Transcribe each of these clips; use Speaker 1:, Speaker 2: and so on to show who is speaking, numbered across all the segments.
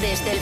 Speaker 1: Desde el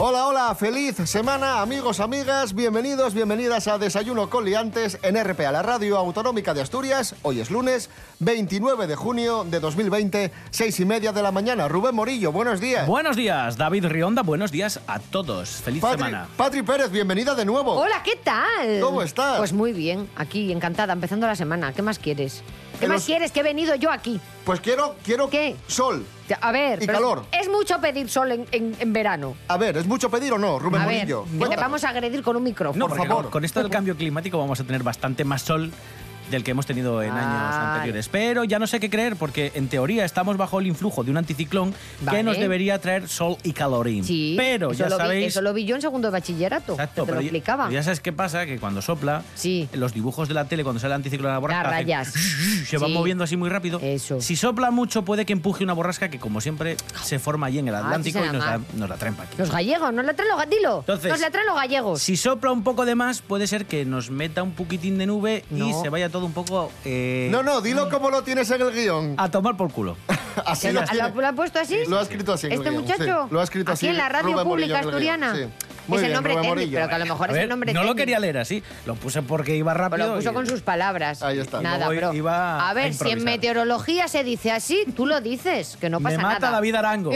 Speaker 2: Hola, hola, feliz semana, amigos, amigas, bienvenidos, bienvenidas a Desayuno con Liantes en RPA, la radio autonómica de Asturias. Hoy es lunes, 29 de junio de 2020, seis y media de la mañana. Rubén Morillo, buenos días.
Speaker 3: Buenos días, David Rionda. Buenos días a todos. Feliz
Speaker 2: Patri,
Speaker 3: semana.
Speaker 2: Patri Pérez, bienvenida de nuevo.
Speaker 4: Hola, ¿qué tal?
Speaker 2: ¿Cómo estás?
Speaker 4: Pues muy bien, aquí, encantada, empezando la semana. ¿Qué más quieres? ¿Qué
Speaker 2: Pero
Speaker 4: más
Speaker 2: s-
Speaker 4: quieres? Que he venido yo aquí.
Speaker 2: Pues quiero, quiero
Speaker 4: ¿Qué?
Speaker 2: sol.
Speaker 4: A ver.
Speaker 2: Y
Speaker 4: pero
Speaker 2: calor.
Speaker 4: Es mucho pedir sol en, en- en verano.
Speaker 2: A ver, ¿es mucho pedir o no, Rubén
Speaker 4: a ver,
Speaker 2: Morillo?
Speaker 4: que te
Speaker 2: Cuéntanos.
Speaker 4: vamos a agredir con un micrófono.
Speaker 3: No, por favor. Con esto del cambio climático vamos a tener bastante más sol del que hemos tenido en años
Speaker 4: Ay.
Speaker 3: anteriores. Pero ya no sé qué creer porque en teoría estamos bajo el influjo de un anticiclón que
Speaker 4: Vale.
Speaker 3: nos debería traer sol y calorín.
Speaker 4: Sí,
Speaker 3: pero
Speaker 4: eso
Speaker 3: ya
Speaker 4: lo vi-
Speaker 3: sabéis...
Speaker 4: eso lo vi yo en segundo de bachillerato.
Speaker 3: Exacto,
Speaker 4: que te
Speaker 3: pero
Speaker 4: lo
Speaker 3: ya-
Speaker 4: explicaba.
Speaker 3: pero ya sabes qué pasa, que cuando sopla,
Speaker 4: Sí.
Speaker 3: los dibujos de la tele cuando sale el anticiclón a la borrasca
Speaker 4: Las
Speaker 3: hacen
Speaker 4: rayas.
Speaker 3: se van
Speaker 4: Sí.
Speaker 3: moviendo así muy rápido.
Speaker 4: Eso.
Speaker 3: Si sopla mucho puede que empuje una borrasca que como siempre se forma allí en el
Speaker 4: Ah, sí,
Speaker 3: Atlántico
Speaker 4: se
Speaker 3: y nos la,
Speaker 4: llama.
Speaker 3: nos la traen pa' aquí.
Speaker 4: Los gallegos, nos la traen los gallegos.
Speaker 3: Entonces-
Speaker 4: nos la traen los gallegos.
Speaker 3: Pues Si sopla un poco de más, puede ser que nos meta un poquitín de nube y
Speaker 4: No.
Speaker 3: se vaya todo un poco eh,
Speaker 2: No, no, dilo como lo tienes en el guión.
Speaker 3: a tomar por culo.
Speaker 2: Así
Speaker 4: Ah, Que
Speaker 2: lo,
Speaker 4: lo,
Speaker 2: tiene.
Speaker 4: lo- lo ha puesto así?
Speaker 2: Lo ha escrito así. en el
Speaker 4: Este
Speaker 2: guión,
Speaker 4: muchacho.
Speaker 2: sí. Lo ha escrito así.
Speaker 4: Aquí en la radio
Speaker 2: Rubén Morillo
Speaker 4: pública
Speaker 2: en el guión,
Speaker 4: asturiana.
Speaker 2: sí.
Speaker 4: Es
Speaker 2: Muy
Speaker 4: el
Speaker 2: bien,
Speaker 4: nombre
Speaker 2: Rubén
Speaker 4: técnico,
Speaker 2: Morillo.
Speaker 4: pero que a lo mejor
Speaker 3: A
Speaker 4: es
Speaker 3: ver,
Speaker 4: el nombre
Speaker 3: no lo
Speaker 4: técnico.
Speaker 3: quería leer así, lo puse porque iba rápido.
Speaker 4: Lo
Speaker 3: y-
Speaker 4: puso con sus palabras.
Speaker 2: Ahí está.
Speaker 4: Nada,
Speaker 3: Luego
Speaker 4: bro.
Speaker 3: iba
Speaker 4: a
Speaker 3: a
Speaker 4: ver, si en
Speaker 3: improvisar.
Speaker 4: meteorología se dice así, tú lo dices, que no pasa
Speaker 3: Me mata
Speaker 4: nada.
Speaker 3: David Arango.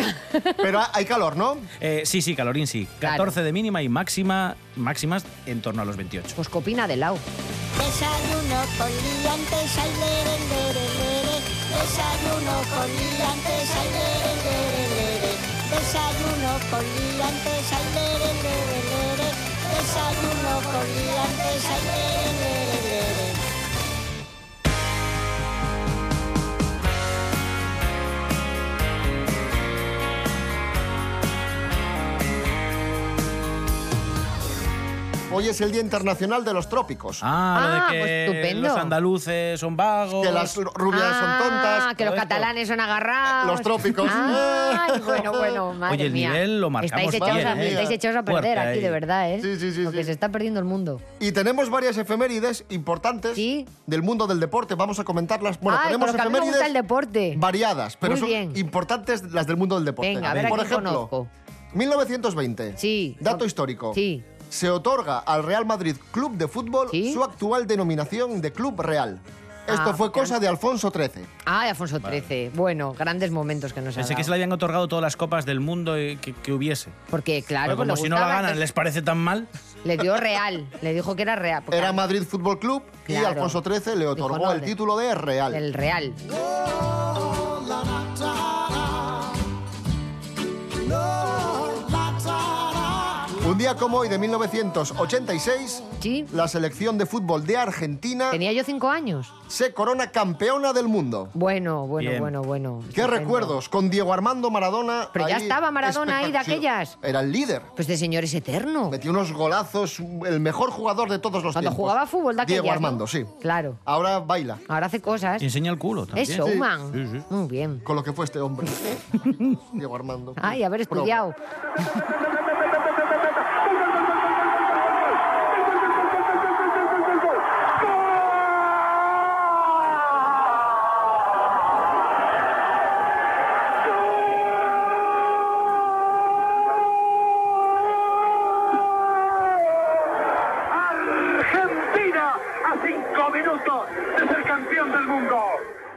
Speaker 2: Pero ha- hay calor, ¿no?
Speaker 3: Eh, sí, sí, calorín sí. 14
Speaker 4: Claro.
Speaker 3: de mínima y máxima, máximas en torno a los 28.
Speaker 4: Pues copina de lado.
Speaker 5: Desayuno con liantes al lere, lere, lere. Desayuno con liantes al lere, lere, lere. Desayuno con liantes al lere, lere, lere. Desayuno con liantes al lere, lere, lere.
Speaker 2: Hoy es el Día Internacional de los Trópicos.
Speaker 3: Ah,
Speaker 4: Ah,
Speaker 3: lo de que
Speaker 4: pues estupendo.
Speaker 3: los andaluces son vagos.
Speaker 2: Que las rubias
Speaker 4: ah,
Speaker 2: son tontas.
Speaker 4: que los
Speaker 3: todo esto.
Speaker 4: catalanes son agarrados.
Speaker 2: Los trópicos.
Speaker 4: Ay, bueno, bueno, madre
Speaker 3: Oye, el
Speaker 4: mía.
Speaker 3: nivel lo marcamos
Speaker 4: estáis echados,
Speaker 2: bien,
Speaker 4: a,
Speaker 2: ¿eh?
Speaker 4: estáis echados a
Speaker 3: Fuerte
Speaker 4: perder aquí,
Speaker 3: ahí.
Speaker 4: de verdad, ¿eh?
Speaker 2: Sí, sí, sí,
Speaker 4: Porque
Speaker 2: sí.
Speaker 4: se está perdiendo el mundo.
Speaker 2: Y tenemos varias efemérides importantes
Speaker 4: Sí.
Speaker 2: del mundo del deporte. Vamos a comentarlas. Bueno,
Speaker 4: Ay,
Speaker 2: tenemos
Speaker 4: con lo que a mí me
Speaker 2: efemérides
Speaker 4: gusta el deporte.
Speaker 2: variadas, pero
Speaker 4: Muy
Speaker 2: son
Speaker 4: bien.
Speaker 2: importantes las del mundo del deporte.
Speaker 4: Venga, a ver a
Speaker 2: Por
Speaker 4: quién
Speaker 2: ejemplo,
Speaker 4: conozco.
Speaker 2: 1920.
Speaker 4: Sí.
Speaker 2: Dato
Speaker 4: Con-
Speaker 2: histórico.
Speaker 4: Sí.
Speaker 2: Se otorga al Real Madrid Club de Fútbol
Speaker 4: Sí.
Speaker 2: su actual denominación de Club Real. Esto
Speaker 4: Ah,
Speaker 2: fue cosa de Alfonso XIII.
Speaker 4: Ah, Alfonso XIII. Bueno, grandes momentos que nos ha
Speaker 3: Pensé
Speaker 4: dado.
Speaker 3: que se le habían otorgado todas las copas del mundo eh, que, que hubiese.
Speaker 4: Porque, claro,
Speaker 3: Pero como
Speaker 4: pues le
Speaker 3: si no la
Speaker 4: gustaba,
Speaker 3: ganan,
Speaker 4: entonces
Speaker 3: les parece tan mal.
Speaker 4: le dio real. le dijo que era real. porque
Speaker 2: Era Madrid Fútbol Club y
Speaker 4: Claro.
Speaker 2: Alfonso XIII le otorgó
Speaker 4: no,
Speaker 2: el
Speaker 4: de-
Speaker 2: título de Real.
Speaker 4: El real.
Speaker 2: Un día como hoy de 1986,
Speaker 4: Sí.
Speaker 2: la selección de fútbol de Argentina
Speaker 4: Tenía yo cinco años.
Speaker 2: se corona campeona del mundo.
Speaker 4: Bueno, bueno,
Speaker 3: Bien.
Speaker 4: bueno, bueno.
Speaker 2: ¿Qué
Speaker 4: Estupendo.
Speaker 2: recuerdos con Diego Armando Maradona?
Speaker 4: Pero ya estaba Maradona ahí de
Speaker 2: espectacular.
Speaker 4: aquellas.
Speaker 2: Era el líder.
Speaker 4: Pues este señor es eterno.
Speaker 2: Metió unos golazos, el mejor jugador de todos los
Speaker 4: Cuando
Speaker 2: tiempos.
Speaker 4: jugaba a fútbol de aquellas,
Speaker 2: Diego
Speaker 4: ¿no?
Speaker 2: Armando, sí.
Speaker 4: Claro.
Speaker 2: Ahora baila.
Speaker 4: Ahora hace cosas.
Speaker 3: Y enseña el culo también.
Speaker 4: Es showman.
Speaker 3: Sí, sí.
Speaker 4: Muy bien.
Speaker 2: Con lo que fue este hombre. Diego Armando.
Speaker 4: Ay, haber
Speaker 2: Pro.
Speaker 4: estudiado.
Speaker 6: Argentina a cinco minutos de ser campeón del mundo.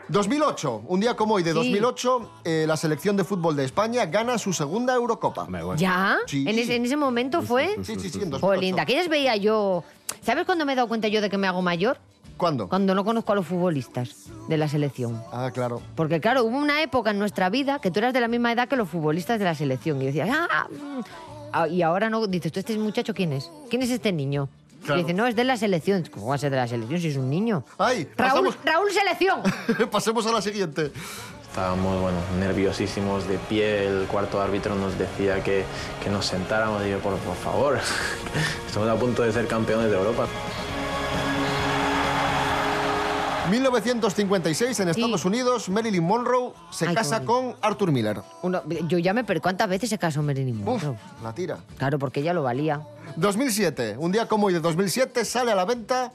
Speaker 2: 2008, un día como hoy de
Speaker 4: Sí.
Speaker 2: 2008, eh, la selección de fútbol de España gana su segunda Eurocopa.
Speaker 3: Hombre, bueno.
Speaker 4: ¿Ya?
Speaker 2: Sí.
Speaker 4: ¿En, ese, en ese momento fue.
Speaker 2: Sí, sí, sí, en 2008.
Speaker 4: Jolín, de aquellas veía yo. ¿Sabes cuándo me he dado cuenta yo de que me hago mayor?
Speaker 2: ¿Cuándo?
Speaker 4: Cuando no conozco a los futbolistas de la selección.
Speaker 2: Ah, claro.
Speaker 4: Porque claro, hubo una época en nuestra vida que tú eras de la misma edad que los futbolistas de la selección y decías, ah, mm". Ah, y ahora no, dices, ¿tú este muchacho quién es? ¿Quién es este niño?
Speaker 2: Claro.
Speaker 4: Y dice, no, es de la selección. ¿Cómo va a ser de la selección si es un niño?
Speaker 2: Ay,
Speaker 4: Raúl,
Speaker 2: pasamos-
Speaker 4: Raúl Selección.
Speaker 2: Pasemos a la siguiente.
Speaker 7: Estábamos bueno, nerviosísimos de pie, el cuarto árbitro nos decía que, que nos sentáramos y yo, por, por favor, estamos a punto de ser campeones de Europa.
Speaker 2: 1956, en Estados
Speaker 4: Sí.
Speaker 2: Unidos, Marilyn Monroe se
Speaker 4: Ay, qué
Speaker 2: casa con Arthur Miller.
Speaker 4: Uno- yo ya me... per- ¿Cuántas veces se casó Marilyn
Speaker 2: Uf,
Speaker 4: Monroe?
Speaker 2: la tira.
Speaker 4: Claro, porque ella lo valía.
Speaker 2: 2007, un día como hoy de 2007, sale a la venta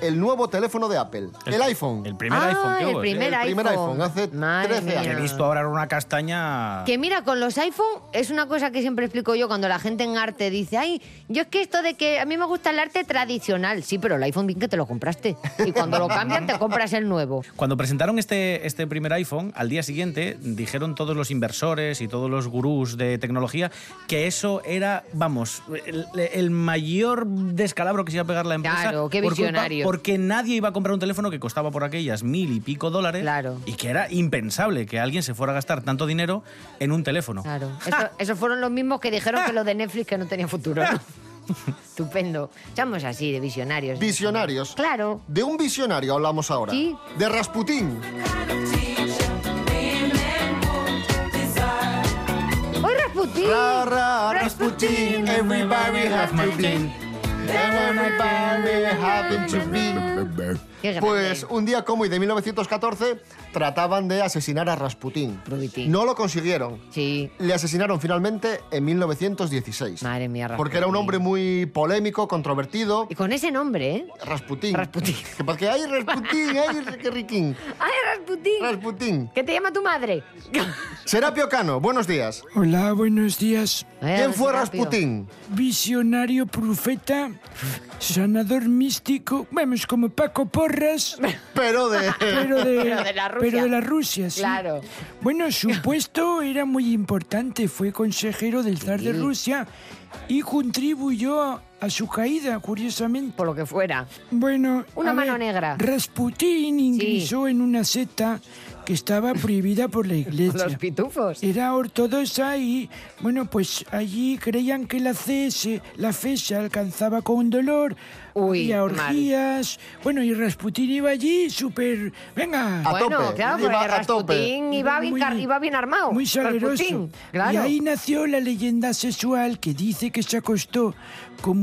Speaker 2: el nuevo teléfono de Apple, el, iPhone.
Speaker 3: El primer
Speaker 4: ah,
Speaker 3: iPhone, qué
Speaker 4: el
Speaker 3: hubo, eh.
Speaker 4: primer
Speaker 2: El
Speaker 4: iPhone.
Speaker 2: primer iPhone, hace 13
Speaker 4: mía.
Speaker 2: años.
Speaker 3: He visto ahora una
Speaker 2: Ah.
Speaker 3: castaña...
Speaker 4: Que mira, con los iPhone es una cosa que siempre explico yo cuando la gente en arte dice, ay, yo es que esto de que a mí me gusta el arte tradicional, sí, pero el iPhone bien que te lo compraste. Y cuando lo cambian te compras el nuevo.
Speaker 3: Cuando presentaron este, este primer iPhone, al día siguiente dijeron todos los inversores y todos los gurús de tecnología que eso era, vamos, el, el mayor descalabro que se iba a pegar la empresa.
Speaker 4: Claro, qué
Speaker 3: por culpa-
Speaker 4: visionario.
Speaker 3: porque nadie iba a comprar un teléfono que costaba por aquellas mil y pico dólares
Speaker 4: Claro.
Speaker 3: y que era impensable que alguien se fuera a gastar tanto dinero en un teléfono.
Speaker 4: Claro. Eso- esos fueron los mismos que dijeron que los de Netflix que no tenía futuro. ¿no? Estupendo. Somos así, de visionarios.
Speaker 2: Visionarios.
Speaker 4: Claro.
Speaker 2: De un visionario hablamos ahora.
Speaker 4: Sí.
Speaker 2: De Rasputín.
Speaker 4: ¡Hoy Rasputín!
Speaker 2: Ra, ra, Rasputin, everybody have to be. Everybody have to be.
Speaker 4: Qué grande.
Speaker 2: Pues un día como hoy de 1914 trataban de asesinar a Rasputín.
Speaker 4: Rasputín.
Speaker 2: No lo consiguieron.
Speaker 4: Sí.
Speaker 2: Le asesinaron finalmente en 1916.
Speaker 4: Madre mía, Rasputín.
Speaker 2: Porque era un hombre muy polémico, controvertido.
Speaker 4: Y con ese nombre, ¿eh?
Speaker 2: Rasputín.
Speaker 4: Rasputín.
Speaker 2: Que porque hay Rasputín, hay que riquín.
Speaker 4: ¡Ay, Rasputín!
Speaker 2: Rasputín.
Speaker 4: ¿Qué te llama tu madre?
Speaker 2: Serapio Cano, buenos días.
Speaker 8: Hola, buenos días.
Speaker 2: ¿Quién fue
Speaker 4: Rápido.
Speaker 2: Rasputín?
Speaker 8: Visionario, profeta, sanador místico. Vamos, como Paco Porras,
Speaker 2: Pero de...
Speaker 8: pero de,
Speaker 4: Pero de la Rusia.
Speaker 8: pero de la Rusia, sí.
Speaker 4: Claro.
Speaker 8: Bueno, su puesto era muy importante. Fue consejero del zar de Rusia y contribuyó a, a su caída, curiosamente.
Speaker 4: Por lo que fuera.
Speaker 8: Bueno,
Speaker 4: Una
Speaker 8: a
Speaker 4: mano negra.
Speaker 8: Rasputín ingresó en una secta que estaba prohibida por la iglesia.
Speaker 4: Los pitufos.
Speaker 9: Eh,
Speaker 8: Era ortodoxa y, bueno, pues allí creían que la, fe se- la fe se alcanzaba con dolor.
Speaker 4: Uy,
Speaker 8: había
Speaker 4: mal.
Speaker 8: orgías. Bueno, y Rasputín iba allí súper. ¡Venga!
Speaker 2: A
Speaker 4: bueno,
Speaker 2: tope,
Speaker 4: claro,
Speaker 2: iba
Speaker 4: porque
Speaker 2: a tope.
Speaker 4: Rasputín iba bien,
Speaker 8: Muy-
Speaker 4: car- iba bien armado.
Speaker 8: Muy saleroso.
Speaker 4: Rasputín, claro. Ah,
Speaker 8: Y ahí nació la leyenda sexual que dice que se acostó con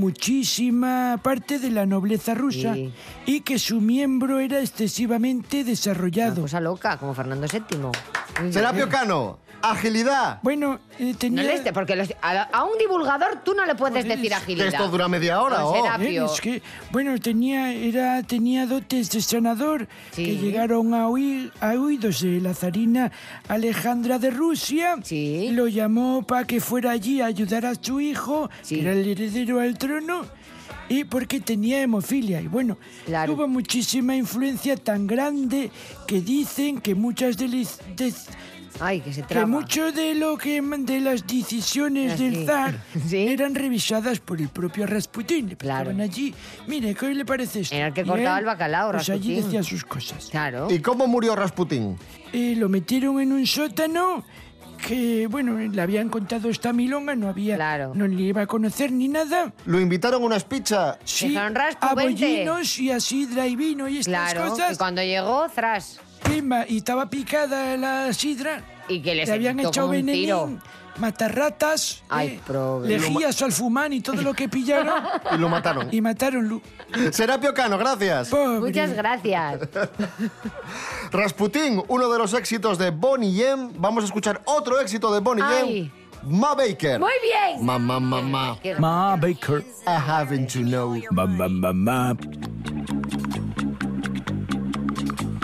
Speaker 8: muchísima parte de la nobleza rusa
Speaker 4: Sí.
Speaker 8: y que su miembro era excesivamente
Speaker 4: Una
Speaker 8: desarrollado.
Speaker 4: cosa pues loca, como Fernando VII. Muy
Speaker 2: Serapio
Speaker 4: bien.
Speaker 2: Cano, agilidad.
Speaker 8: Bueno, eh, tenía...
Speaker 4: No le este- porque los- a, a un divulgador tú no le puedes
Speaker 8: Joder,
Speaker 4: decir
Speaker 8: es-
Speaker 4: agilidad.
Speaker 2: Que esto dura media hora,
Speaker 4: Don
Speaker 2: oh.
Speaker 4: Serapio.
Speaker 8: Eh, es que, bueno, tenía, era, tenía dotes de sanador
Speaker 4: Sí.
Speaker 8: que llegaron a, oí- a oídos de la zarina Alejandra de Rusia.
Speaker 4: Sí.
Speaker 8: Lo llamó para que fuera allí a ayudar a su hijo,
Speaker 4: Sí.
Speaker 8: que era el heredero al trono. Y porque tenía hemofilia. Y bueno,
Speaker 4: Claro.
Speaker 8: tuvo muchísima influencia tan grande que dicen que muchas de, las- de-
Speaker 4: Ay, que se
Speaker 8: que
Speaker 4: traba.
Speaker 8: mucho de lo que de las decisiones
Speaker 4: Ah, sí.
Speaker 8: del zar
Speaker 4: Sí.
Speaker 8: eran revisadas por el propio Rasputín. Le
Speaker 4: Claro.
Speaker 8: pasaban allí. Mire, ¿qué le parece esto?
Speaker 4: Era el que
Speaker 8: Y
Speaker 4: cortaba
Speaker 8: él,
Speaker 4: el bacalao,
Speaker 8: Pues allí
Speaker 4: Rasputín.
Speaker 8: decía sus cosas.
Speaker 4: Claro.
Speaker 2: ¿Y cómo murió Rasputín?
Speaker 8: Eh, lo metieron en un sótano que, bueno, le habían contado esta milonga, no había,
Speaker 4: Claro.
Speaker 8: no le iba a conocer ni nada.
Speaker 2: Lo invitaron a una espicha.
Speaker 8: Sí,
Speaker 4: Dijeron, "Raspu,
Speaker 8: a
Speaker 4: vente".
Speaker 8: bollinos y así sidra y vino y estas
Speaker 4: claro. Y
Speaker 8: cosas.
Speaker 4: cuando llegó, tras.
Speaker 8: Pimba, y estaba picada la sidra.
Speaker 4: Y que les
Speaker 8: Le habían
Speaker 4: entró
Speaker 8: hecho
Speaker 4: como un tiro.
Speaker 8: venenín, matarratas,
Speaker 4: Ay,
Speaker 8: eh,
Speaker 4: prove-
Speaker 8: lejías al fumán y todo lo que pillaron
Speaker 2: Y lo mataron.
Speaker 8: y mataron Lu.
Speaker 2: Serapio Cano, gracias.
Speaker 8: Pobre.
Speaker 4: Muchas gracias.
Speaker 2: Rasputín, uno de los éxitos de Bonnie M. Vamos a escuchar otro éxito de Bonnie M.
Speaker 4: Ay.
Speaker 2: Ma Baker.
Speaker 4: Muy bien.
Speaker 2: Mamá, mamá,
Speaker 4: Qué
Speaker 3: Ma Baker.
Speaker 2: I haven't to know.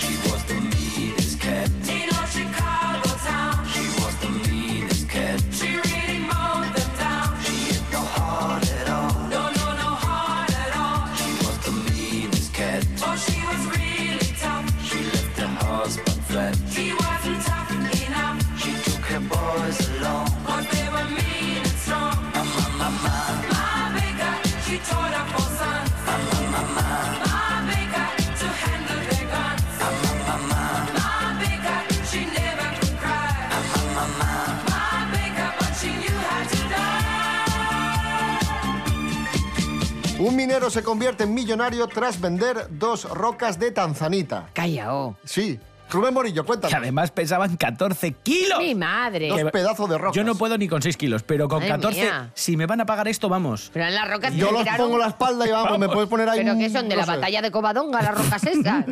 Speaker 10: She was the meanest cat. She was the meanest cat. She hit no heart at all. She was the meanest cat.
Speaker 11: Oh,
Speaker 10: She left the house but flat. She took her boys along.
Speaker 11: She tore up her son.
Speaker 10: My, my,
Speaker 2: Un minero se convierte en millonario tras vender dos rocas de Tanzanita.
Speaker 4: Callao.
Speaker 2: Sí. Rubén Morillo,
Speaker 3: Que
Speaker 2: cuéntanos.
Speaker 3: además pesaban 14 kilos.
Speaker 4: Mi madre.
Speaker 2: Dos
Speaker 3: Que-
Speaker 2: pedazos de rocas.
Speaker 3: Yo no puedo ni con 6 kilos, pero con
Speaker 4: Madre
Speaker 3: 14,
Speaker 4: mía.
Speaker 3: si me van a pagar esto, vamos.
Speaker 4: Pero en las rocas
Speaker 2: Yo
Speaker 4: que
Speaker 2: los
Speaker 4: tiraron-
Speaker 2: pongo la espalda y vamos, me puedes poner ahí.
Speaker 4: Pero
Speaker 2: un-
Speaker 4: que son de
Speaker 2: no
Speaker 4: la
Speaker 2: sé.
Speaker 4: batalla de Covadonga, las rocas esas.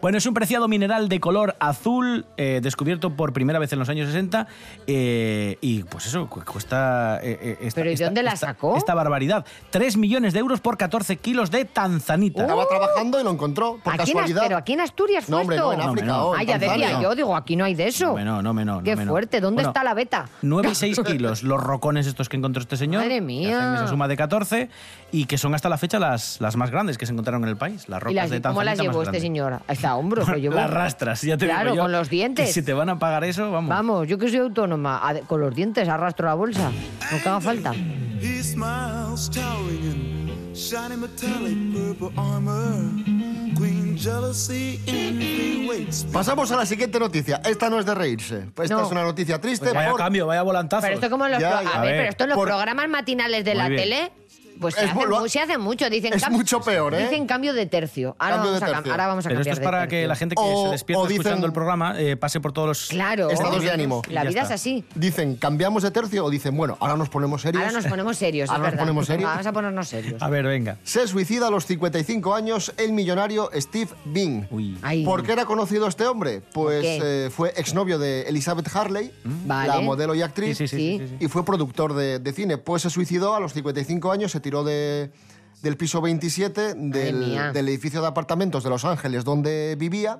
Speaker 3: Bueno, es un preciado mineral de color azul, eh, descubierto por primera vez en los años 60, eh, y pues eso, cu- cuesta... eh, eh, esta,
Speaker 4: ¿Pero y
Speaker 3: esta-
Speaker 4: dónde la
Speaker 3: esta-
Speaker 4: sacó?
Speaker 3: Esta barbaridad. 3 millones de euros por 14 kilos de tanzanita.
Speaker 4: Uh.
Speaker 2: Estaba trabajando y lo encontró, por
Speaker 4: Aquí en As-
Speaker 2: casualidad.
Speaker 4: pero aquí en Asturias fue
Speaker 2: No, hombre,
Speaker 4: esto.
Speaker 2: no, en África.
Speaker 3: no.
Speaker 2: o en
Speaker 4: Ah, ya
Speaker 2: Tanzania.
Speaker 4: decía yo, digo, aquí no hay de eso.
Speaker 3: No, me no, no, me no, no
Speaker 4: Qué
Speaker 3: me no.
Speaker 4: fuerte, ¿dónde
Speaker 3: Bueno,
Speaker 4: está la beta?
Speaker 3: 9 y 6 kilos, los rocones estos que encontró este señor.
Speaker 4: Madre
Speaker 3: que
Speaker 4: mía.
Speaker 3: hacen esa suma de 14 y que son hasta la fecha las, las más grandes que se encontraron en el país. Las rocas
Speaker 4: ¿Y las,
Speaker 3: de
Speaker 4: cómo las
Speaker 3: Tanzanita más
Speaker 4: llevó este
Speaker 3: grandes.
Speaker 4: señor? Está a hombros lo llevó.
Speaker 3: Las rastras, ya te
Speaker 4: Claro,
Speaker 3: digo yo,
Speaker 4: con los
Speaker 3: que
Speaker 4: dientes.
Speaker 3: si te van a pagar eso, vamos.
Speaker 4: Vamos, yo que soy autónoma, a- con los dientes arrastro la bolsa. No que haga falta.
Speaker 11: He smiles, towering in shiny metallic purple armor. Queen jealousy envy waits.
Speaker 2: Pasamos a la siguiente noticia. Esta no es de reírse. Esta
Speaker 4: No. Pues
Speaker 2: es una noticia triste.
Speaker 3: Pues Vaya
Speaker 2: por-
Speaker 3: cambio, vaya volantazo.
Speaker 4: Pero esto como en los,
Speaker 2: Ya,
Speaker 4: pro-
Speaker 2: ya.
Speaker 4: a
Speaker 3: A
Speaker 4: ver,
Speaker 3: ver,
Speaker 4: pero esto en los
Speaker 2: por-
Speaker 4: programas matinales de la
Speaker 3: bien.
Speaker 4: tele, pues se,
Speaker 2: Es
Speaker 4: hace,
Speaker 2: lo-
Speaker 4: mu- se hace mucho. Dicen,
Speaker 2: es
Speaker 4: cam-
Speaker 2: mucho peor, ¿eh?
Speaker 4: Dicen cambio de tercio. Ahora,
Speaker 2: Cambio
Speaker 4: vamos,
Speaker 2: de
Speaker 4: a cam-
Speaker 2: tercio.
Speaker 4: ahora vamos a
Speaker 3: Pero esto
Speaker 4: cambiar
Speaker 3: es para
Speaker 4: de
Speaker 3: que
Speaker 4: tercio.
Speaker 3: la gente que
Speaker 2: O-
Speaker 3: se despierta
Speaker 2: o dicen-
Speaker 3: escuchando el programa eh, pase por todos los...
Speaker 4: Claro.
Speaker 2: Estados de ánimo.
Speaker 4: La
Speaker 3: Y ya
Speaker 4: vida
Speaker 3: está.
Speaker 4: es así.
Speaker 2: Dicen, ¿cambiamos de tercio? O dicen, bueno, ahora nos ponemos serios.
Speaker 4: Ahora nos ponemos serios,
Speaker 2: Ahora
Speaker 4: es
Speaker 2: nos
Speaker 4: verdad.
Speaker 2: ponemos serios.
Speaker 4: Vamos a ponernos serios.
Speaker 3: A ver, venga.
Speaker 2: Se suicida a los 55 años el millonario Steve Bing.
Speaker 3: Uy.
Speaker 4: Ay.
Speaker 2: ¿Por qué era conocido este hombre? Pues
Speaker 4: qué? Mm.
Speaker 2: eh, fue exnovio de Elizabeth Harley,
Speaker 4: Vale.
Speaker 2: la modelo y actriz,
Speaker 3: Sí, sí, sí,
Speaker 4: Sí.
Speaker 3: sí, sí, sí.
Speaker 2: y fue productor de, de cine. Pues se suicidó a los 55 años, se tiró de- del piso 27
Speaker 4: mía.
Speaker 2: del, del edificio de apartamentos de Los Ángeles donde vivía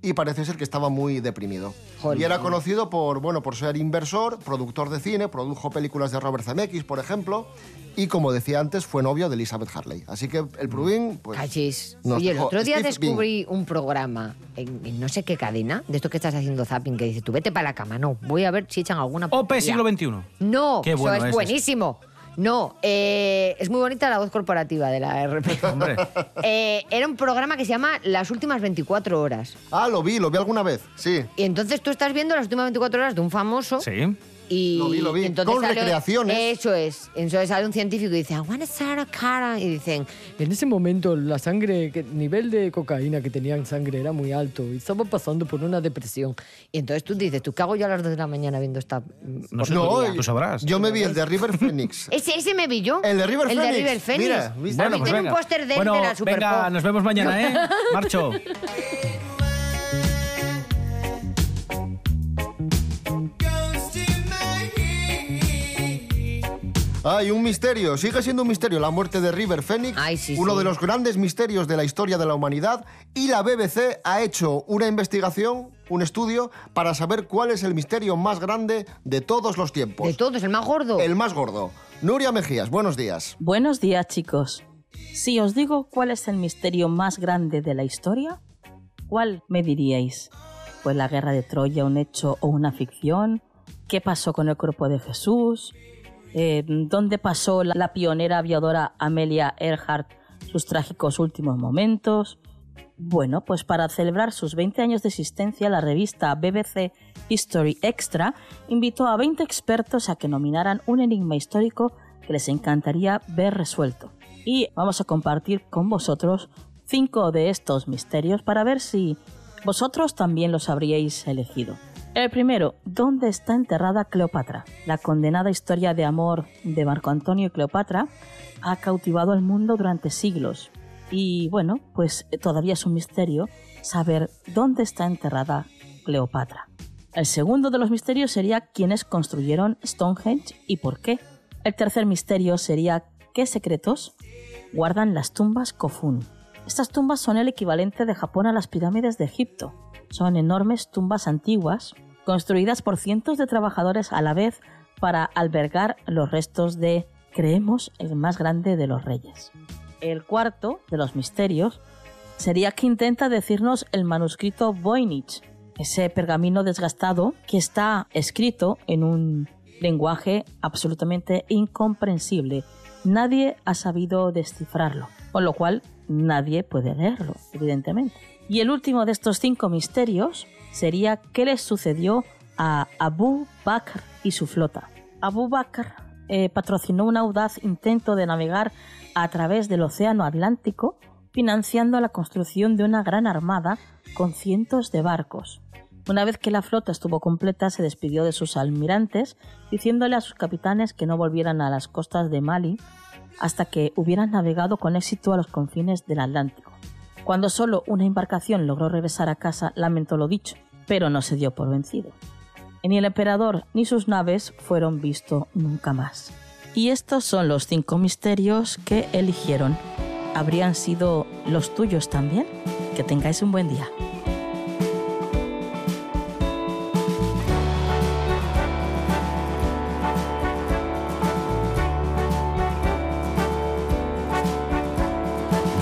Speaker 2: y parece ser que estaba muy deprimido.
Speaker 4: Jolín.
Speaker 2: Y era conocido por, bueno, por ser inversor, productor de cine, produjo películas de Robert Zemeckis, por ejemplo, y como decía antes, fue novio de Elizabeth Harley. Así que el Prudin, pues...
Speaker 4: Cachis.
Speaker 2: nos
Speaker 4: Oye, el
Speaker 2: dejó
Speaker 4: otro día
Speaker 2: Steve Bing.
Speaker 4: descubrí un programa en, en no sé qué cadena, de esto que estás haciendo zapping, que dice, tú vete para la cama, no, voy a ver si echan alguna...
Speaker 3: OPE
Speaker 4: porquería".
Speaker 3: siglo XXI.
Speaker 4: No,
Speaker 3: Qué
Speaker 4: eso
Speaker 3: bueno
Speaker 4: es
Speaker 3: es
Speaker 4: buenísimo. No, eh, es muy bonita la voz corporativa de la RP.
Speaker 3: Hombre.
Speaker 4: Eh, era un programa que se llama Las últimas 24 horas.
Speaker 2: Ah, lo vi, lo vi alguna vez, sí.
Speaker 4: Y entonces tú estás viendo las últimas 24 horas de un famoso.
Speaker 3: Sí.
Speaker 4: Y
Speaker 2: Lo vi, lo vi.
Speaker 4: y Entonces
Speaker 2: Con
Speaker 4: sale-
Speaker 2: recreaciones.
Speaker 4: Eso es. Entonces sale un científico y dice, I wanna start a cara. Y dicen, en ese momento la sangre, que- el nivel de cocaína que tenía en sangre era muy alto y estaba pasando por una depresión. Y entonces tú dices, ¿tú qué hago yo a las 2 de la mañana viendo esta... mm,
Speaker 3: No sé,
Speaker 2: No,
Speaker 3: tú, tú sabrás.
Speaker 2: Yo me vi el de River Phoenix.
Speaker 4: Ese, ese me vi yo.
Speaker 2: El de River
Speaker 4: El de
Speaker 2: Phoenix.
Speaker 4: River Phoenix.
Speaker 2: Mira, ¿viste? pues
Speaker 4: También tiene un póster de él
Speaker 3: Bueno,
Speaker 4: de la Super
Speaker 3: venga,
Speaker 4: Pop.
Speaker 3: nos vemos mañana, ¿eh? Marcho.
Speaker 2: Hay un misterio, sigue siendo un misterio la muerte de River Phoenix,
Speaker 4: Ay, sí,
Speaker 2: uno
Speaker 4: sí.
Speaker 2: de los grandes misterios de la historia de la humanidad, y la BBC ha hecho una investigación, un estudio, para saber cuál es el misterio más grande de todos los tiempos.
Speaker 4: De todos, el más gordo.
Speaker 2: el más gordo. Nuria Mejías, buenos días.
Speaker 9: Buenos días, chicos. Si os digo cuál es el misterio más grande de la historia, ¿cuál me diríais? ¿Pues la guerra de Troya un hecho o una ficción? ¿Qué pasó con el cuerpo de Jesús? Eh, ¿Dónde pasó la, la pionera aviadora Amelia Earhart sus trágicos últimos momentos? Bueno, pues para celebrar sus 20 años de existencia, la revista BBC History Extra invitó a 20 expertos a que nominaran un enigma histórico que les encantaría ver resuelto. Y vamos a compartir con vosotros cinco de estos misterios para ver si vosotros también los habríais elegido. El primero, ¿dónde está enterrada Cleopatra? La condenada historia de amor de Marco Antonio y Cleopatra ha cautivado al mundo durante siglos. Y bueno, pues todavía es un misterio saber dónde está enterrada Cleopatra. El segundo de los misterios sería quiénes construyeron Stonehenge y por qué. El tercer misterio sería qué secretos guardan las tumbas Kofun. Estas tumbas son el equivalente de Japón a las pirámides de Egipto. Son enormes tumbas antiguas, construidas por cientos de trabajadores a la vez para albergar los restos de, creemos, el más grande de los reyes. El cuarto de los misterios sería que intenta decirnos el manuscrito Voynich, ese pergamino desgastado que está escrito en un lenguaje absolutamente incomprensible. Nadie ha sabido descifrarlo, con lo cual nadie puede leerlo, evidentemente. Y el último de estos cinco misterios sería qué les sucedió a Abu Bakr y su flota. Abu Bakr eh, patrocinó un audaz intento de navegar a través del Océano Atlántico, financiando la construcción de una gran armada con cientos de barcos. Una vez que la flota estuvo completa, se despidió de sus almirantes, diciéndole a sus capitanes que no volvieran a las costas de Mali hasta que hubieran navegado con éxito a los confines del Atlántico. Cuando solo una embarcación logró regresar a casa, lamentó lo dicho, pero no se dio por vencido. Ni el emperador ni sus naves fueron vistos nunca más. Y estos son los cinco misterios que eligieron. ¿Habrían sido los tuyos también? Que tengáis un buen día.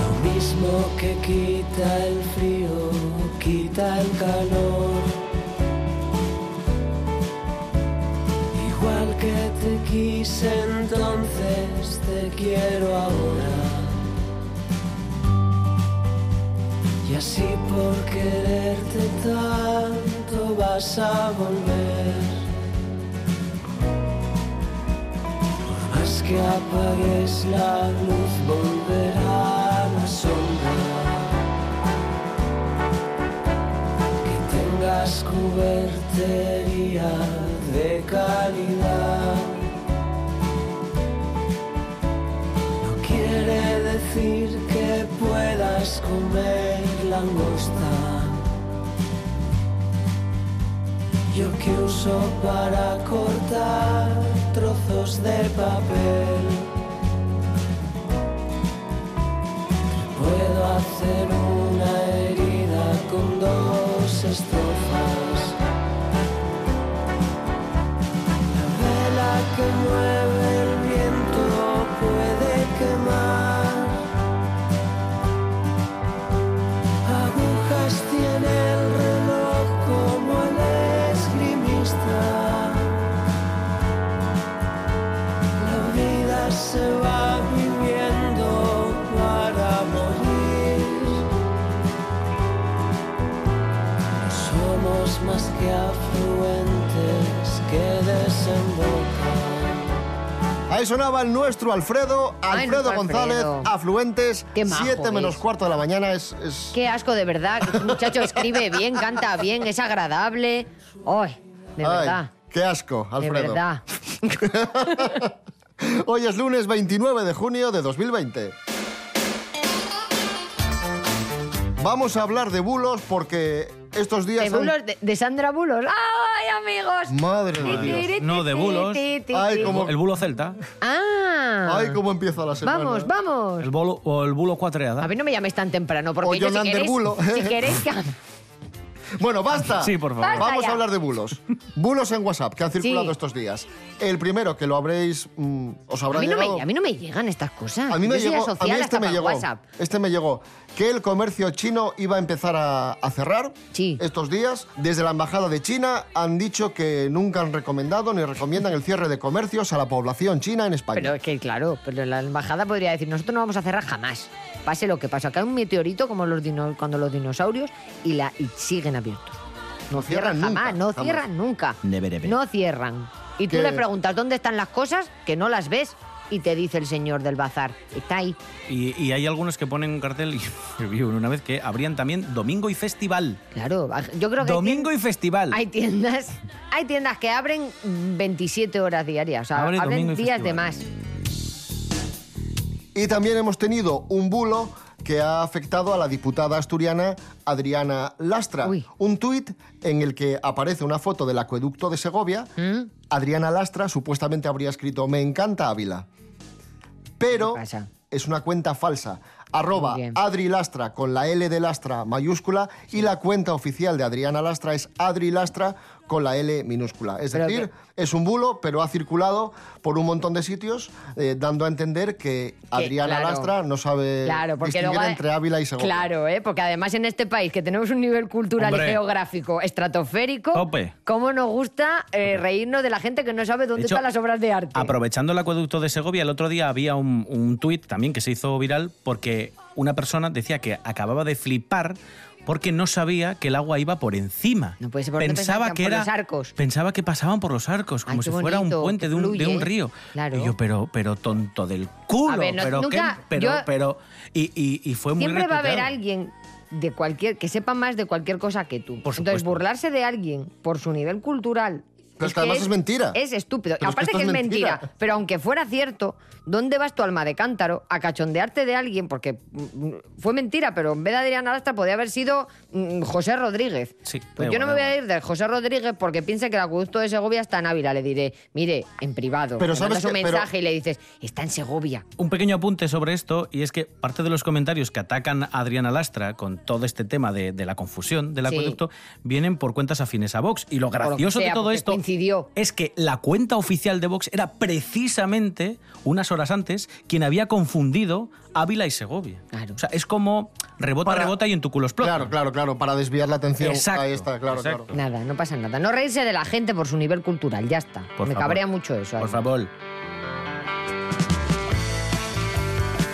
Speaker 12: Lo mismo que quita el frío, quita el calor. Igual que te quise entonces, te quiero ahora. Y así por quererte tanto vas a volver. Por más que apagues la luz, volverá la sombra. Que tengas cubertería de calidad. No quiere decir que puedas comer langosta. Yo que uso para cortar trozos de papel. Te puedo hacer una herida con dos estrofas. La vela que mueve el viento puede quemar. Agujas tiene el reloj como el esgrimista. La vida se va viviendo para morir. No somos más que afluentes que desembocan.
Speaker 2: Ahí sonaba el nuestro Alfredo,
Speaker 4: Ay,
Speaker 2: Alfredo
Speaker 4: nuestro
Speaker 2: González,
Speaker 4: Alfredo.
Speaker 2: afluentes,
Speaker 4: Qué majo
Speaker 2: 7 menos
Speaker 4: es.
Speaker 2: cuarto de la mañana. Es, es-
Speaker 4: Qué asco, de verdad. que Este muchacho escribe bien, canta bien, es agradable. ¡Ay! De
Speaker 2: Ay,
Speaker 4: verdad.
Speaker 2: Qué asco, Alfredo.
Speaker 4: De verdad.
Speaker 2: Hoy es lunes 29 de junio de 2020. Vamos a hablar de bulos porque estos días...
Speaker 4: De,
Speaker 2: han-
Speaker 4: Bulos, de, de Sandra Bulos. ¡Ay, amigos!
Speaker 2: Madre
Speaker 4: Ti, ti,
Speaker 2: de
Speaker 4: ti,
Speaker 2: Dios.
Speaker 4: ti, ti, ti, ti,
Speaker 2: Ay,
Speaker 4: ti.
Speaker 2: como... El
Speaker 3: bulo celta.
Speaker 4: ¡Ah!
Speaker 2: Ay, cómo eh. empieza la semana.
Speaker 4: Vamos, vamos.
Speaker 3: El bolo, o el bulo cuatreada.
Speaker 4: A mí no me llaméis tan temprano, porque
Speaker 2: O
Speaker 4: yo si
Speaker 2: John
Speaker 4: queréis,
Speaker 2: Anderbulo.
Speaker 4: si queréis que...
Speaker 2: Bueno, basta.
Speaker 3: Sí, por favor. Basta
Speaker 2: Vamos
Speaker 4: ya.
Speaker 2: a hablar de bulos. Bulos en WhatsApp que han circulado estos días. El primero que lo habréis... mm, os habrá
Speaker 4: A mí, no
Speaker 2: llegado-
Speaker 4: me, a mí no me llegan estas cosas.
Speaker 2: A mí me
Speaker 4: Yo soy
Speaker 2: llegó, a
Speaker 4: asocial
Speaker 2: mí
Speaker 4: hasta
Speaker 2: este me
Speaker 4: para
Speaker 2: llegó,
Speaker 4: WhatsApp.
Speaker 2: este me llegó, que el comercio chino iba a empezar a, a cerrar estos días. Desde la embajada de China han dicho que nunca han recomendado ni recomiendan el cierre de comercios a la población china en España.
Speaker 4: Pero es que, claro, pero la embajada podría decir, nosotros no vamos a cerrar jamás. Pase lo que pase. Acá hay un meteorito como los dino- cuando los dinosaurios y, la, y siguen abiertos. No cierran jamás, no cierran nunca.
Speaker 13: Never ever.
Speaker 4: No cierran. Y tú
Speaker 13: Que-
Speaker 4: le preguntas dónde están las cosas que no las ves y te dice el señor del bazar, está ahí.
Speaker 3: Y, y hay algunos que ponen un cartel, y vi uno una vez, que abrían también domingo y festival.
Speaker 4: Claro, yo creo que hay
Speaker 3: Domingo y festival.
Speaker 4: Hay tiendas, hay tiendas que abren 27 horas diarias, o sea,
Speaker 2: Abre domingo
Speaker 4: abren
Speaker 2: y
Speaker 4: días de
Speaker 2: festival.
Speaker 4: más.
Speaker 2: Y también hemos tenido un bulo que ha afectado a la diputada asturiana Adriana Lastra. Un tuit en el que aparece una foto del acueducto de Segovia. Adriana Lastra supuestamente habría escrito Me encanta Ávila. Pero es una cuenta falsa. Arroba Adri Lastra con la L de Lastra mayúscula y la cuenta oficial de Adriana Lastra es Adri Lastra con la L minúscula. Es
Speaker 4: Pero
Speaker 2: decir, es un bulo, pero ha circulado por un montón de sitios eh, dando a entender que Adriana
Speaker 4: claro.
Speaker 2: Lastra no sabe
Speaker 4: Claro, porque
Speaker 2: Eh, distinguir
Speaker 4: luego-
Speaker 2: entre Ávila y Segovia.
Speaker 4: Claro, ¿eh? porque además en este país que tenemos un nivel cultural
Speaker 2: Hombre.
Speaker 4: y geográfico estratosférico,
Speaker 3: Tope.
Speaker 4: ¿cómo nos gusta eh, reírnos de la gente que no sabe dónde
Speaker 3: De hecho,
Speaker 4: están las obras de arte?
Speaker 3: Aprovechando el acueducto de Segovia, el otro día había un, un tuit también que se hizo viral porque una persona decía que acababa de flipar porque no sabía que el agua iba por encima.
Speaker 4: por dónde
Speaker 3: pensaba
Speaker 4: saltan,
Speaker 3: que
Speaker 4: por
Speaker 3: era
Speaker 4: los arcos.
Speaker 3: pensaba que pasaban por los arcos, como
Speaker 4: qué
Speaker 3: si fuera un
Speaker 4: bonito,
Speaker 3: puente
Speaker 4: que
Speaker 3: de un, de un
Speaker 4: fluye.
Speaker 3: río.
Speaker 4: Claro.
Speaker 3: Y yo, pero, pero tonto del culo,
Speaker 4: A ver, no-
Speaker 3: pero qué-
Speaker 4: nunca-
Speaker 3: pero,
Speaker 4: yo-
Speaker 3: pero y, y- y fue muy
Speaker 4: Siempre va a haber
Speaker 3: retuiteado.
Speaker 4: alguien de cualquier que sepa más de cualquier cosa que tú.
Speaker 3: Por
Speaker 4: Entonces,
Speaker 3: supuesto.
Speaker 4: burlarse de alguien por su nivel cultural.
Speaker 2: Pero es que además es mentira.
Speaker 4: Es estúpido.
Speaker 2: Pero es que
Speaker 4: Aparte
Speaker 2: esto
Speaker 4: que es
Speaker 2: es
Speaker 4: mentira.
Speaker 2: mentira.
Speaker 4: Pero aunque fuera cierto, ¿dónde vas tu alma de cántaro a cachondearte de alguien? Porque mm, mm, fue mentira, pero en vez de Adrián Arastra podía haber sido mm, José Rodríguez.
Speaker 3: Sí, da
Speaker 4: Pues yo
Speaker 3: igual,
Speaker 4: no
Speaker 3: da
Speaker 4: me voy
Speaker 3: igual.
Speaker 4: a ir de José Rodríguez porque piense que el acueducto de Segovia está en Ávila. Le diré, mire, en privado.
Speaker 3: Pero
Speaker 4: le
Speaker 3: sabes
Speaker 4: mandas un
Speaker 3: que- pero-
Speaker 4: mensaje y le dices, está en Segovia.
Speaker 3: Un pequeño apunte sobre esto, y es que parte de los comentarios que atacan a Adriana Lastra con todo este tema de, de la confusión del
Speaker 4: Sí.
Speaker 3: acueducto vienen por cuentas afines a Vox. Y lo
Speaker 4: que
Speaker 3: gracioso
Speaker 4: sea,
Speaker 3: de todo
Speaker 4: porque
Speaker 3: esto es que la cuenta oficial de Vox era precisamente, unas horas antes, quien había confundido Ávila y Segovia. O sea, es como rebota,
Speaker 2: Para-
Speaker 3: rebota y en tu culo explota.
Speaker 2: Claro, claro, claro, para desviar la atención.
Speaker 3: Exacto,
Speaker 2: Ahí está, claro,
Speaker 3: exacto.
Speaker 2: claro.
Speaker 4: Nada, no pasa nada. No reírse de la gente por su nivel cultural, ya está.
Speaker 2: Por
Speaker 4: Me
Speaker 2: favor.
Speaker 4: cabrea mucho eso.
Speaker 3: Por favor.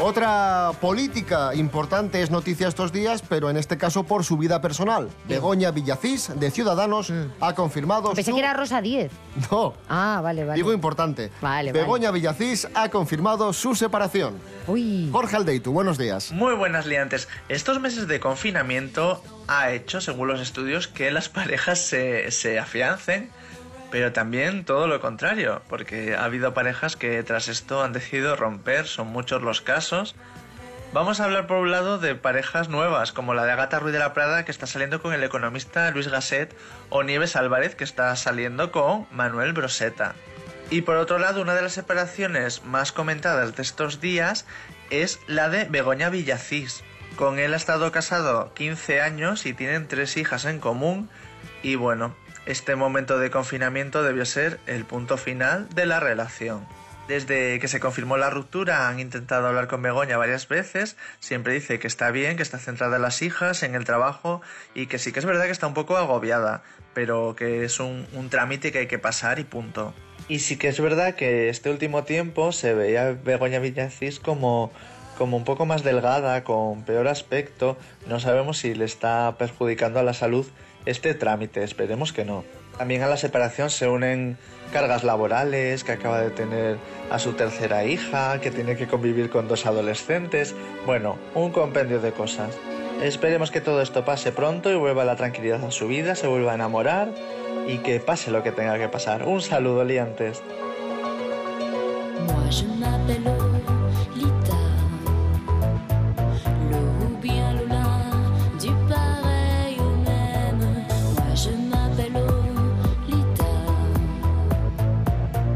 Speaker 2: Otra política importante es noticia estos días, pero en este caso por su vida personal. Begoña Villacís, de Ciudadanos, ha confirmado
Speaker 4: Pensé
Speaker 2: su...
Speaker 4: que era Rosa 10.
Speaker 2: No,
Speaker 4: Ah, vale, vale.
Speaker 2: digo importante.
Speaker 4: Vale, vale.
Speaker 2: Begoña Villacís ha confirmado su separación. Jorge Aldeitu, buenos días.
Speaker 13: Muy buenas liantes. Estos meses de confinamiento ha hecho, según los estudios, que las parejas se, se afiancen, pero también todo lo contrario, porque ha habido parejas que tras esto han decidido romper, son muchos los casos. Vamos a hablar por un lado de parejas nuevas, como la de Agatha Ruiz de la Prada, que está saliendo con el economista Luis Gasset, o Nieves Álvarez, que está saliendo con Manuel Broseta. Y por otro lado, una de las separaciones más comentadas de estos días es la de Begoña Villacís. Con él ha estado casado 15 años y tienen tres hijas en común. Y bueno, este momento de confinamiento debió ser el punto final de la relación. Desde que se confirmó la ruptura han intentado hablar con Begoña varias veces, siempre dice que está bien, que está centrada en las hijas, en el trabajo y que sí que es verdad que está un poco agobiada, pero que es un, un trámite que hay que pasar y punto. Y sí que es verdad que este último tiempo se veía Begoña Villacís como, como un poco más delgada, con peor aspecto, no sabemos si le está perjudicando a la salud este trámite, esperemos que no. También a la separación se unen cargas laborales, que acaba de tener a su tercera hija, que tiene que convivir con dos adolescentes, bueno, un compendio de cosas. Esperemos que todo esto pase pronto y vuelva la tranquilidad a su vida, se vuelva a enamorar y que pase lo que tenga que pasar. Un saludo, liantes.
Speaker 12: Moi je m'appelle Lita, le ou bien Lola, du pareil au même. Moi je m'appelle Lita,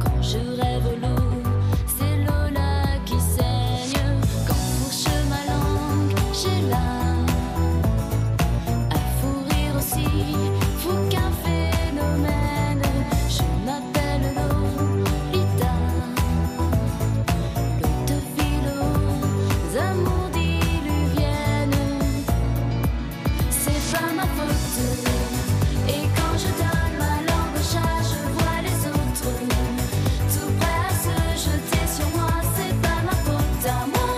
Speaker 12: quand je rêve l'eau, c'est Lola qui saigne. Quand fourche ma langue, j'ai là à fou rire aussi, fou qu'un phénomène. Je m'appelle Lolita. Te filo, amours diluviennes. C'est pas ma faute. Et quand je donne ma langue au chat, je vois les autres. Tout prêt à se jeter sur moi, c'est pas ma faute à moi.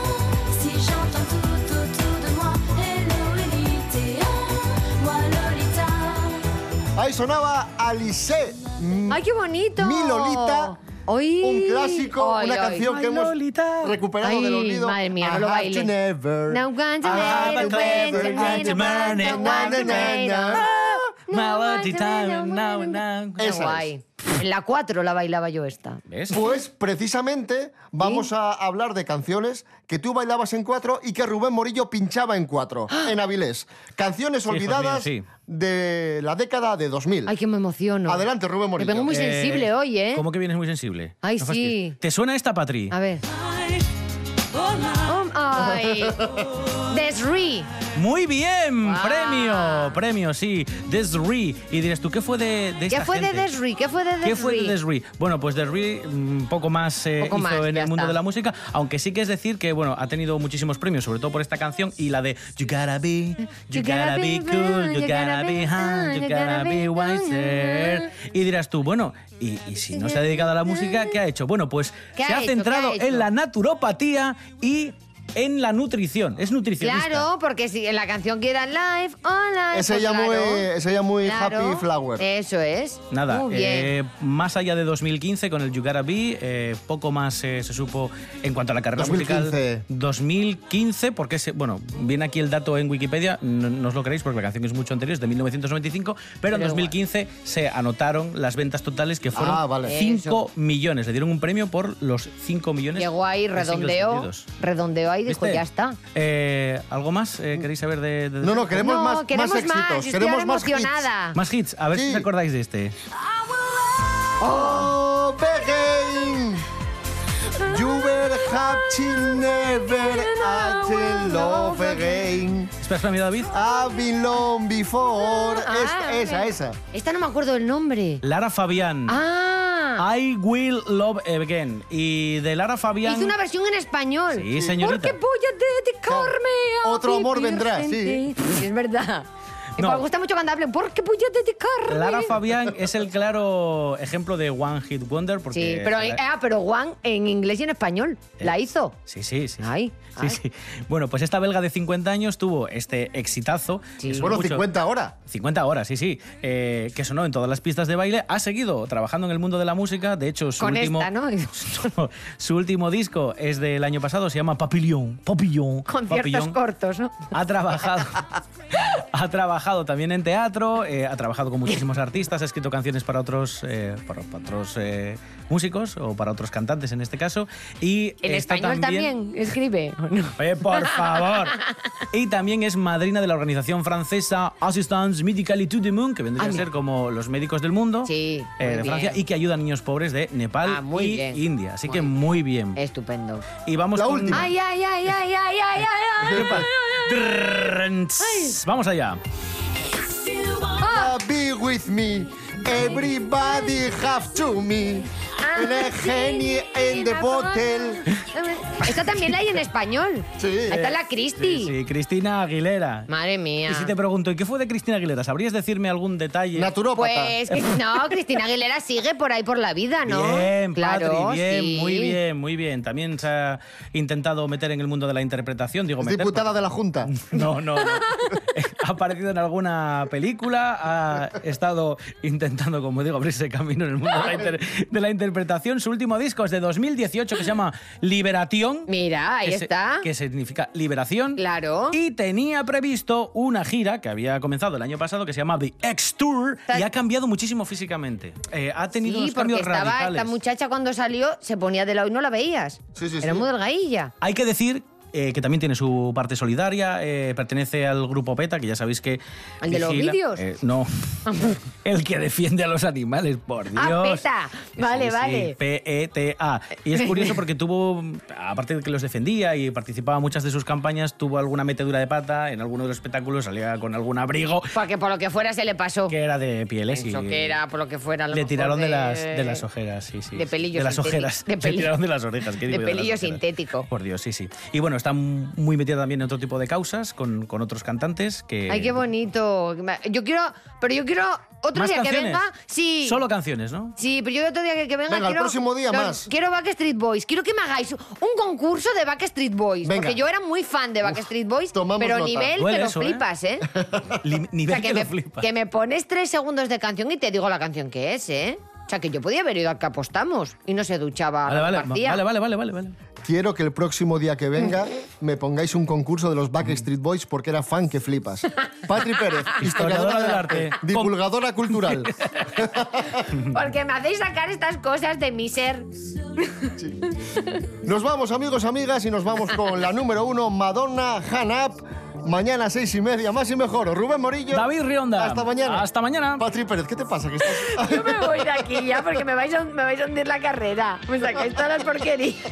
Speaker 12: Si j'entends tout autour de moi, hello Elita, moi Lolita.
Speaker 2: Ahí sonaba Alice.
Speaker 4: ¡Ay, qué bonito!
Speaker 2: Mi Lolita. Un clásico,
Speaker 4: Ay,
Speaker 2: una
Speaker 4: ay.
Speaker 2: canción que
Speaker 4: Ay,
Speaker 2: hemos recuperado del
Speaker 4: Ay,
Speaker 2: olvido.
Speaker 4: madre mía, no
Speaker 2: I
Speaker 4: lo
Speaker 2: have
Speaker 4: baile.
Speaker 2: to never.
Speaker 4: No one to
Speaker 2: I
Speaker 4: let
Speaker 2: have
Speaker 4: it
Speaker 2: to
Speaker 4: wait,
Speaker 2: never
Speaker 4: and
Speaker 2: get
Speaker 4: then I want
Speaker 2: money.
Speaker 4: to want to make a- Qué
Speaker 2: Esa
Speaker 4: guay. En la 4 la bailaba yo esta.
Speaker 2: Pues precisamente vamos a hablar de canciones que tú bailabas en cuatro y que Rubén Morillo pinchaba en cuatro,
Speaker 4: ¡Ah!
Speaker 2: en Avilés. Canciones
Speaker 3: Sí, hijo mío,
Speaker 2: olvidadas
Speaker 3: sí.
Speaker 2: de la década de 2000. Ay,
Speaker 4: que me emociono.
Speaker 2: Adelante, Rubén Morillo.
Speaker 4: vengo muy sensible hoy, ¿eh?
Speaker 3: ¿Cómo que vienes muy sensible?
Speaker 4: Ay,
Speaker 3: No
Speaker 4: sí.
Speaker 3: fastidies. ¿Te suena esta, Patri?
Speaker 4: A ver. Oh, ay. Desri.
Speaker 3: Muy bien, premio, premio, sí. Desri. Y dirás tú, ¿qué fue de, de
Speaker 4: ¿Qué
Speaker 3: esta
Speaker 4: fue de
Speaker 3: gente?
Speaker 4: Desri? ¿Qué fue de Desri?
Speaker 3: ¿Qué fue de Desri? Bueno, pues Desri un poco más eh,
Speaker 4: Poco
Speaker 3: hizo
Speaker 4: más,
Speaker 3: en
Speaker 4: ya
Speaker 3: el mundo
Speaker 4: está.
Speaker 3: de la música, aunque sí que es decir que bueno ha tenido muchísimos premios, sobre todo por esta canción y la de You gotta be, you gotta be cool, you gotta be hot, you gotta be wiser. Y dirás tú, bueno, y, y si no se ha dedicado a la música, ¿qué ha hecho? Bueno, pues
Speaker 4: ¿Qué
Speaker 3: se
Speaker 4: ha
Speaker 3: ha
Speaker 4: hecho? ¿Qué ha
Speaker 3: centrado
Speaker 4: hecho?
Speaker 3: en la naturopatía y en la nutrición. Es nutricionista.
Speaker 4: Claro, porque si en la canción que era Live, Hola.
Speaker 3: Es
Speaker 4: pues
Speaker 3: ella muy-
Speaker 4: claro. Eh,
Speaker 3: es ella muy happy flower.
Speaker 4: Eso es.
Speaker 3: Nada,
Speaker 4: Muy bien.
Speaker 3: eh, más allá de 2015 con el You Gotta Be, eh, poco más eh, se supo en cuanto a la carrera
Speaker 2: 2015.
Speaker 3: musical. 2015, porque se, bueno, viene aquí el dato en Wikipedia, no, no os lo creéis porque la canción es mucho anterior, es de 1995, pero en
Speaker 2: Pero
Speaker 3: 2015 se anotaron las ventas totales que fueron
Speaker 2: Ah, vale.
Speaker 3: 5 millones. Le dieron un premio por los 5 millones.
Speaker 4: Llegó
Speaker 3: de
Speaker 4: ahí,
Speaker 3: singles
Speaker 4: redondeó.
Speaker 3: vendidos.
Speaker 4: Redondeó ahí, dijo,
Speaker 3: ¿Viste?
Speaker 4: ya está.
Speaker 3: Eh, ¿Algo más eh, queréis saber de, de-
Speaker 2: No, no, queremos No, más- más
Speaker 4: queremos éxitos, más, yo estoy queremos ahora más hits. emocionada.
Speaker 3: Más hits, a ver si os acordáis de este.
Speaker 2: Oh, Begin! You will have to never again love again.
Speaker 3: Espera, espera, mira, David.
Speaker 2: I've been long before.
Speaker 4: Ah,
Speaker 2: Es- esa,
Speaker 4: ok.
Speaker 2: esa.
Speaker 4: Esta no me acuerdo el nombre.
Speaker 3: Lara Fabián.
Speaker 4: Ah,
Speaker 3: I Will Love Again. Y de Lara Fabián.
Speaker 4: hizo una versión en español.
Speaker 3: Sí, señorita.
Speaker 4: Porque voy a dedicarme a
Speaker 3: Otro amor
Speaker 4: vivir
Speaker 3: vendrá,
Speaker 4: sin
Speaker 3: sí.
Speaker 4: ti. Es verdad.
Speaker 3: No.
Speaker 4: Me gusta mucho cuando hablan, porque voy a dedicarme.
Speaker 3: Lara Fabián es el claro ejemplo de One Hit Wonder. Porque
Speaker 4: Sí, pero, ah, pero Juan en inglés y en español la hizo.
Speaker 3: Sí, sí, sí. Sí,
Speaker 4: ay.
Speaker 3: sí. Bueno, pues esta belga de 50 años tuvo este exitazo. que sonó
Speaker 2: Bueno,
Speaker 3: mucho-
Speaker 2: 50 ahora.
Speaker 3: 50 horas, sí, sí. eh, que sonó en todas las pistas de baile. Ha seguido trabajando en el mundo de la música. De hecho, su,
Speaker 4: Con
Speaker 3: último,
Speaker 4: esta, ¿no?
Speaker 3: su último disco es del año pasado. Se llama Papillon. Papillon.
Speaker 4: Conciertos
Speaker 3: Papillon.
Speaker 4: cortos, ¿no?
Speaker 3: Ha trabajado, ha trabajado también en teatro, eh, ha trabajado con muchísimos artistas, ha escrito canciones para otros, eh, para, para otros eh, músicos o para otros cantantes en este caso. Y
Speaker 4: En
Speaker 3: está
Speaker 4: español también, escribe.
Speaker 3: Eh, por favor. y también es madrina de la organización francesa Assistance Médicale du Monde, que vendría
Speaker 4: Ah,
Speaker 3: a
Speaker 4: mira.
Speaker 3: ser como los médicos del mundo eh,
Speaker 4: muy
Speaker 3: de Francia
Speaker 4: bien.
Speaker 3: y que ayuda a niños pobres de Nepal
Speaker 4: Ah, muy
Speaker 3: y
Speaker 4: bien.
Speaker 3: India. Así
Speaker 4: Muy
Speaker 3: que
Speaker 4: bien.
Speaker 3: muy bien.
Speaker 4: Estupendo.
Speaker 3: Y vamos con-
Speaker 4: Ay, ay, ay, ay, ay, ay, ay, ay.
Speaker 3: ¿Qué pasa? Trrrrrrrrrrrrrrrrrrrrrrrrrrrrrrrrrrrrrrrrrrrrrrrr. Vamos allá.
Speaker 5: Oh,
Speaker 2: Be with me. Everybody have to me.
Speaker 4: Ah,
Speaker 2: And a genie in the bottle.
Speaker 4: Esta también la hay en español. Sí. Está la Cristi.
Speaker 3: Sí, sí, Cristina Aguilera.
Speaker 4: Madre mía.
Speaker 3: Y si te pregunto, ¿y qué fue de Cristina Aguilera? ¿Sabrías decirme algún detalle?
Speaker 4: Pues que- no, Cristina Aguilera sigue por ahí por la vida, ¿no?
Speaker 3: Bien,
Speaker 4: claro,
Speaker 3: Patri, bien,
Speaker 4: sí.
Speaker 3: muy bien, muy bien. También se ha intentado meter en el mundo de la interpretación,
Speaker 4: Pues-
Speaker 3: digo,
Speaker 2: Es
Speaker 3: meter,
Speaker 2: diputada de la Junta.
Speaker 3: No, no, no. ha aparecido en alguna película, ha estado intentando, como digo, abrirse camino en el mundo de la, inter- de la interpretación. Su último disco es de 2018 que se llama Liberación.
Speaker 4: Mira, ahí
Speaker 3: que se-
Speaker 4: está.
Speaker 3: que significa liberación.
Speaker 4: Claro.
Speaker 3: Y tenía previsto una gira que había comenzado el año pasado que se llama The X Tour y ha cambiado muchísimo físicamente. Eh, ha tenido
Speaker 4: Sí,
Speaker 3: unos
Speaker 4: porque
Speaker 3: cambios
Speaker 4: estaba
Speaker 3: radicales.
Speaker 4: esta muchacha cuando salió, se ponía de lado y no la veías.
Speaker 3: sí,
Speaker 4: Era
Speaker 3: sí.
Speaker 4: muy delgadilla.
Speaker 3: Hay que decir eh, que también tiene su parte solidaria, eh, pertenece al grupo PETA, que ya sabéis que...
Speaker 4: ¿Al de los
Speaker 3: vigila-
Speaker 4: vídeos?
Speaker 3: eh, no, el que defiende a los animales, por Dios.
Speaker 4: Ah, peta. Vale,
Speaker 3: Sí, sí,
Speaker 4: vale.
Speaker 3: PETA. Y es curioso porque tuvo, aparte de que los defendía y participaba en muchas de sus campañas, tuvo alguna metedura de pata en alguno de los espectáculos, salía con algún abrigo
Speaker 4: Porque por lo que fuera se le pasó.
Speaker 3: que era de pieles y
Speaker 4: Pensó que era por lo que fuera. a lo
Speaker 3: le
Speaker 4: mejor
Speaker 3: tiraron de... las, de las ojeras, sí, sí.
Speaker 4: de pelillo
Speaker 3: De las
Speaker 4: sintético.
Speaker 3: ojeras.
Speaker 4: De
Speaker 3: Le
Speaker 4: pelillo-
Speaker 3: tiraron de las orejas. ¿qué
Speaker 4: de
Speaker 3: digo yo, las
Speaker 4: pelillo
Speaker 3: ojeras?
Speaker 4: sintético.
Speaker 3: Por Dios, sí, sí. Y bueno, está muy metida también en otro tipo de causas con, con otros cantantes que...
Speaker 4: Ay, qué bonito. Yo quiero, pero yo quiero otro
Speaker 3: ¿Más
Speaker 4: día que
Speaker 3: canciones?
Speaker 4: venga. Sí.
Speaker 3: Solo canciones, ¿no?
Speaker 4: Sí, pero yo otro día que, que venga.
Speaker 3: Venga, el
Speaker 4: quiero,
Speaker 3: próximo día más.
Speaker 4: Quiero Backstreet Boys. Quiero que me hagáis un concurso de Backstreet Boys.
Speaker 3: Venga.
Speaker 4: Porque yo era muy fan de Backstreet Boys.
Speaker 3: tomamos
Speaker 4: Pero
Speaker 3: nota.
Speaker 4: nivel
Speaker 3: Duele
Speaker 4: que lo
Speaker 3: eso, ¿eh?
Speaker 4: flipas, ¿eh?
Speaker 3: Li-
Speaker 4: O
Speaker 3: nivel
Speaker 4: sea, que,
Speaker 3: que, lo
Speaker 4: me,
Speaker 3: flipa.
Speaker 4: que me pones tres segundos de canción y te digo la canción que es, ¿eh? O sea, que yo podía haber ido al que apostamos y no se duchaba.
Speaker 2: Vale, vale,
Speaker 4: García.
Speaker 2: vale,
Speaker 3: vale, vale, vale, vale.
Speaker 2: Quiero que el próximo día que venga me pongáis un concurso de los Backstreet Boys porque era fan que flipas. Patri Pérez, historiadora del arte, divulgadora cultural.
Speaker 4: Porque me hacéis sacar estas cosas de mi ser.
Speaker 2: Nos vamos, amigos, amigas, y nos vamos con la número uno, Madonna Hanap. Mañana seis y media, más y mejor. Rubén Morillo.
Speaker 3: David Rionda.
Speaker 2: Hasta mañana.
Speaker 3: Hasta mañana.
Speaker 2: Patri Pérez, ¿qué te pasa? Que estás-
Speaker 4: Yo me voy de aquí ya porque me vais a, me vais a hundir la carrera. Me sacáis todas las porquerías.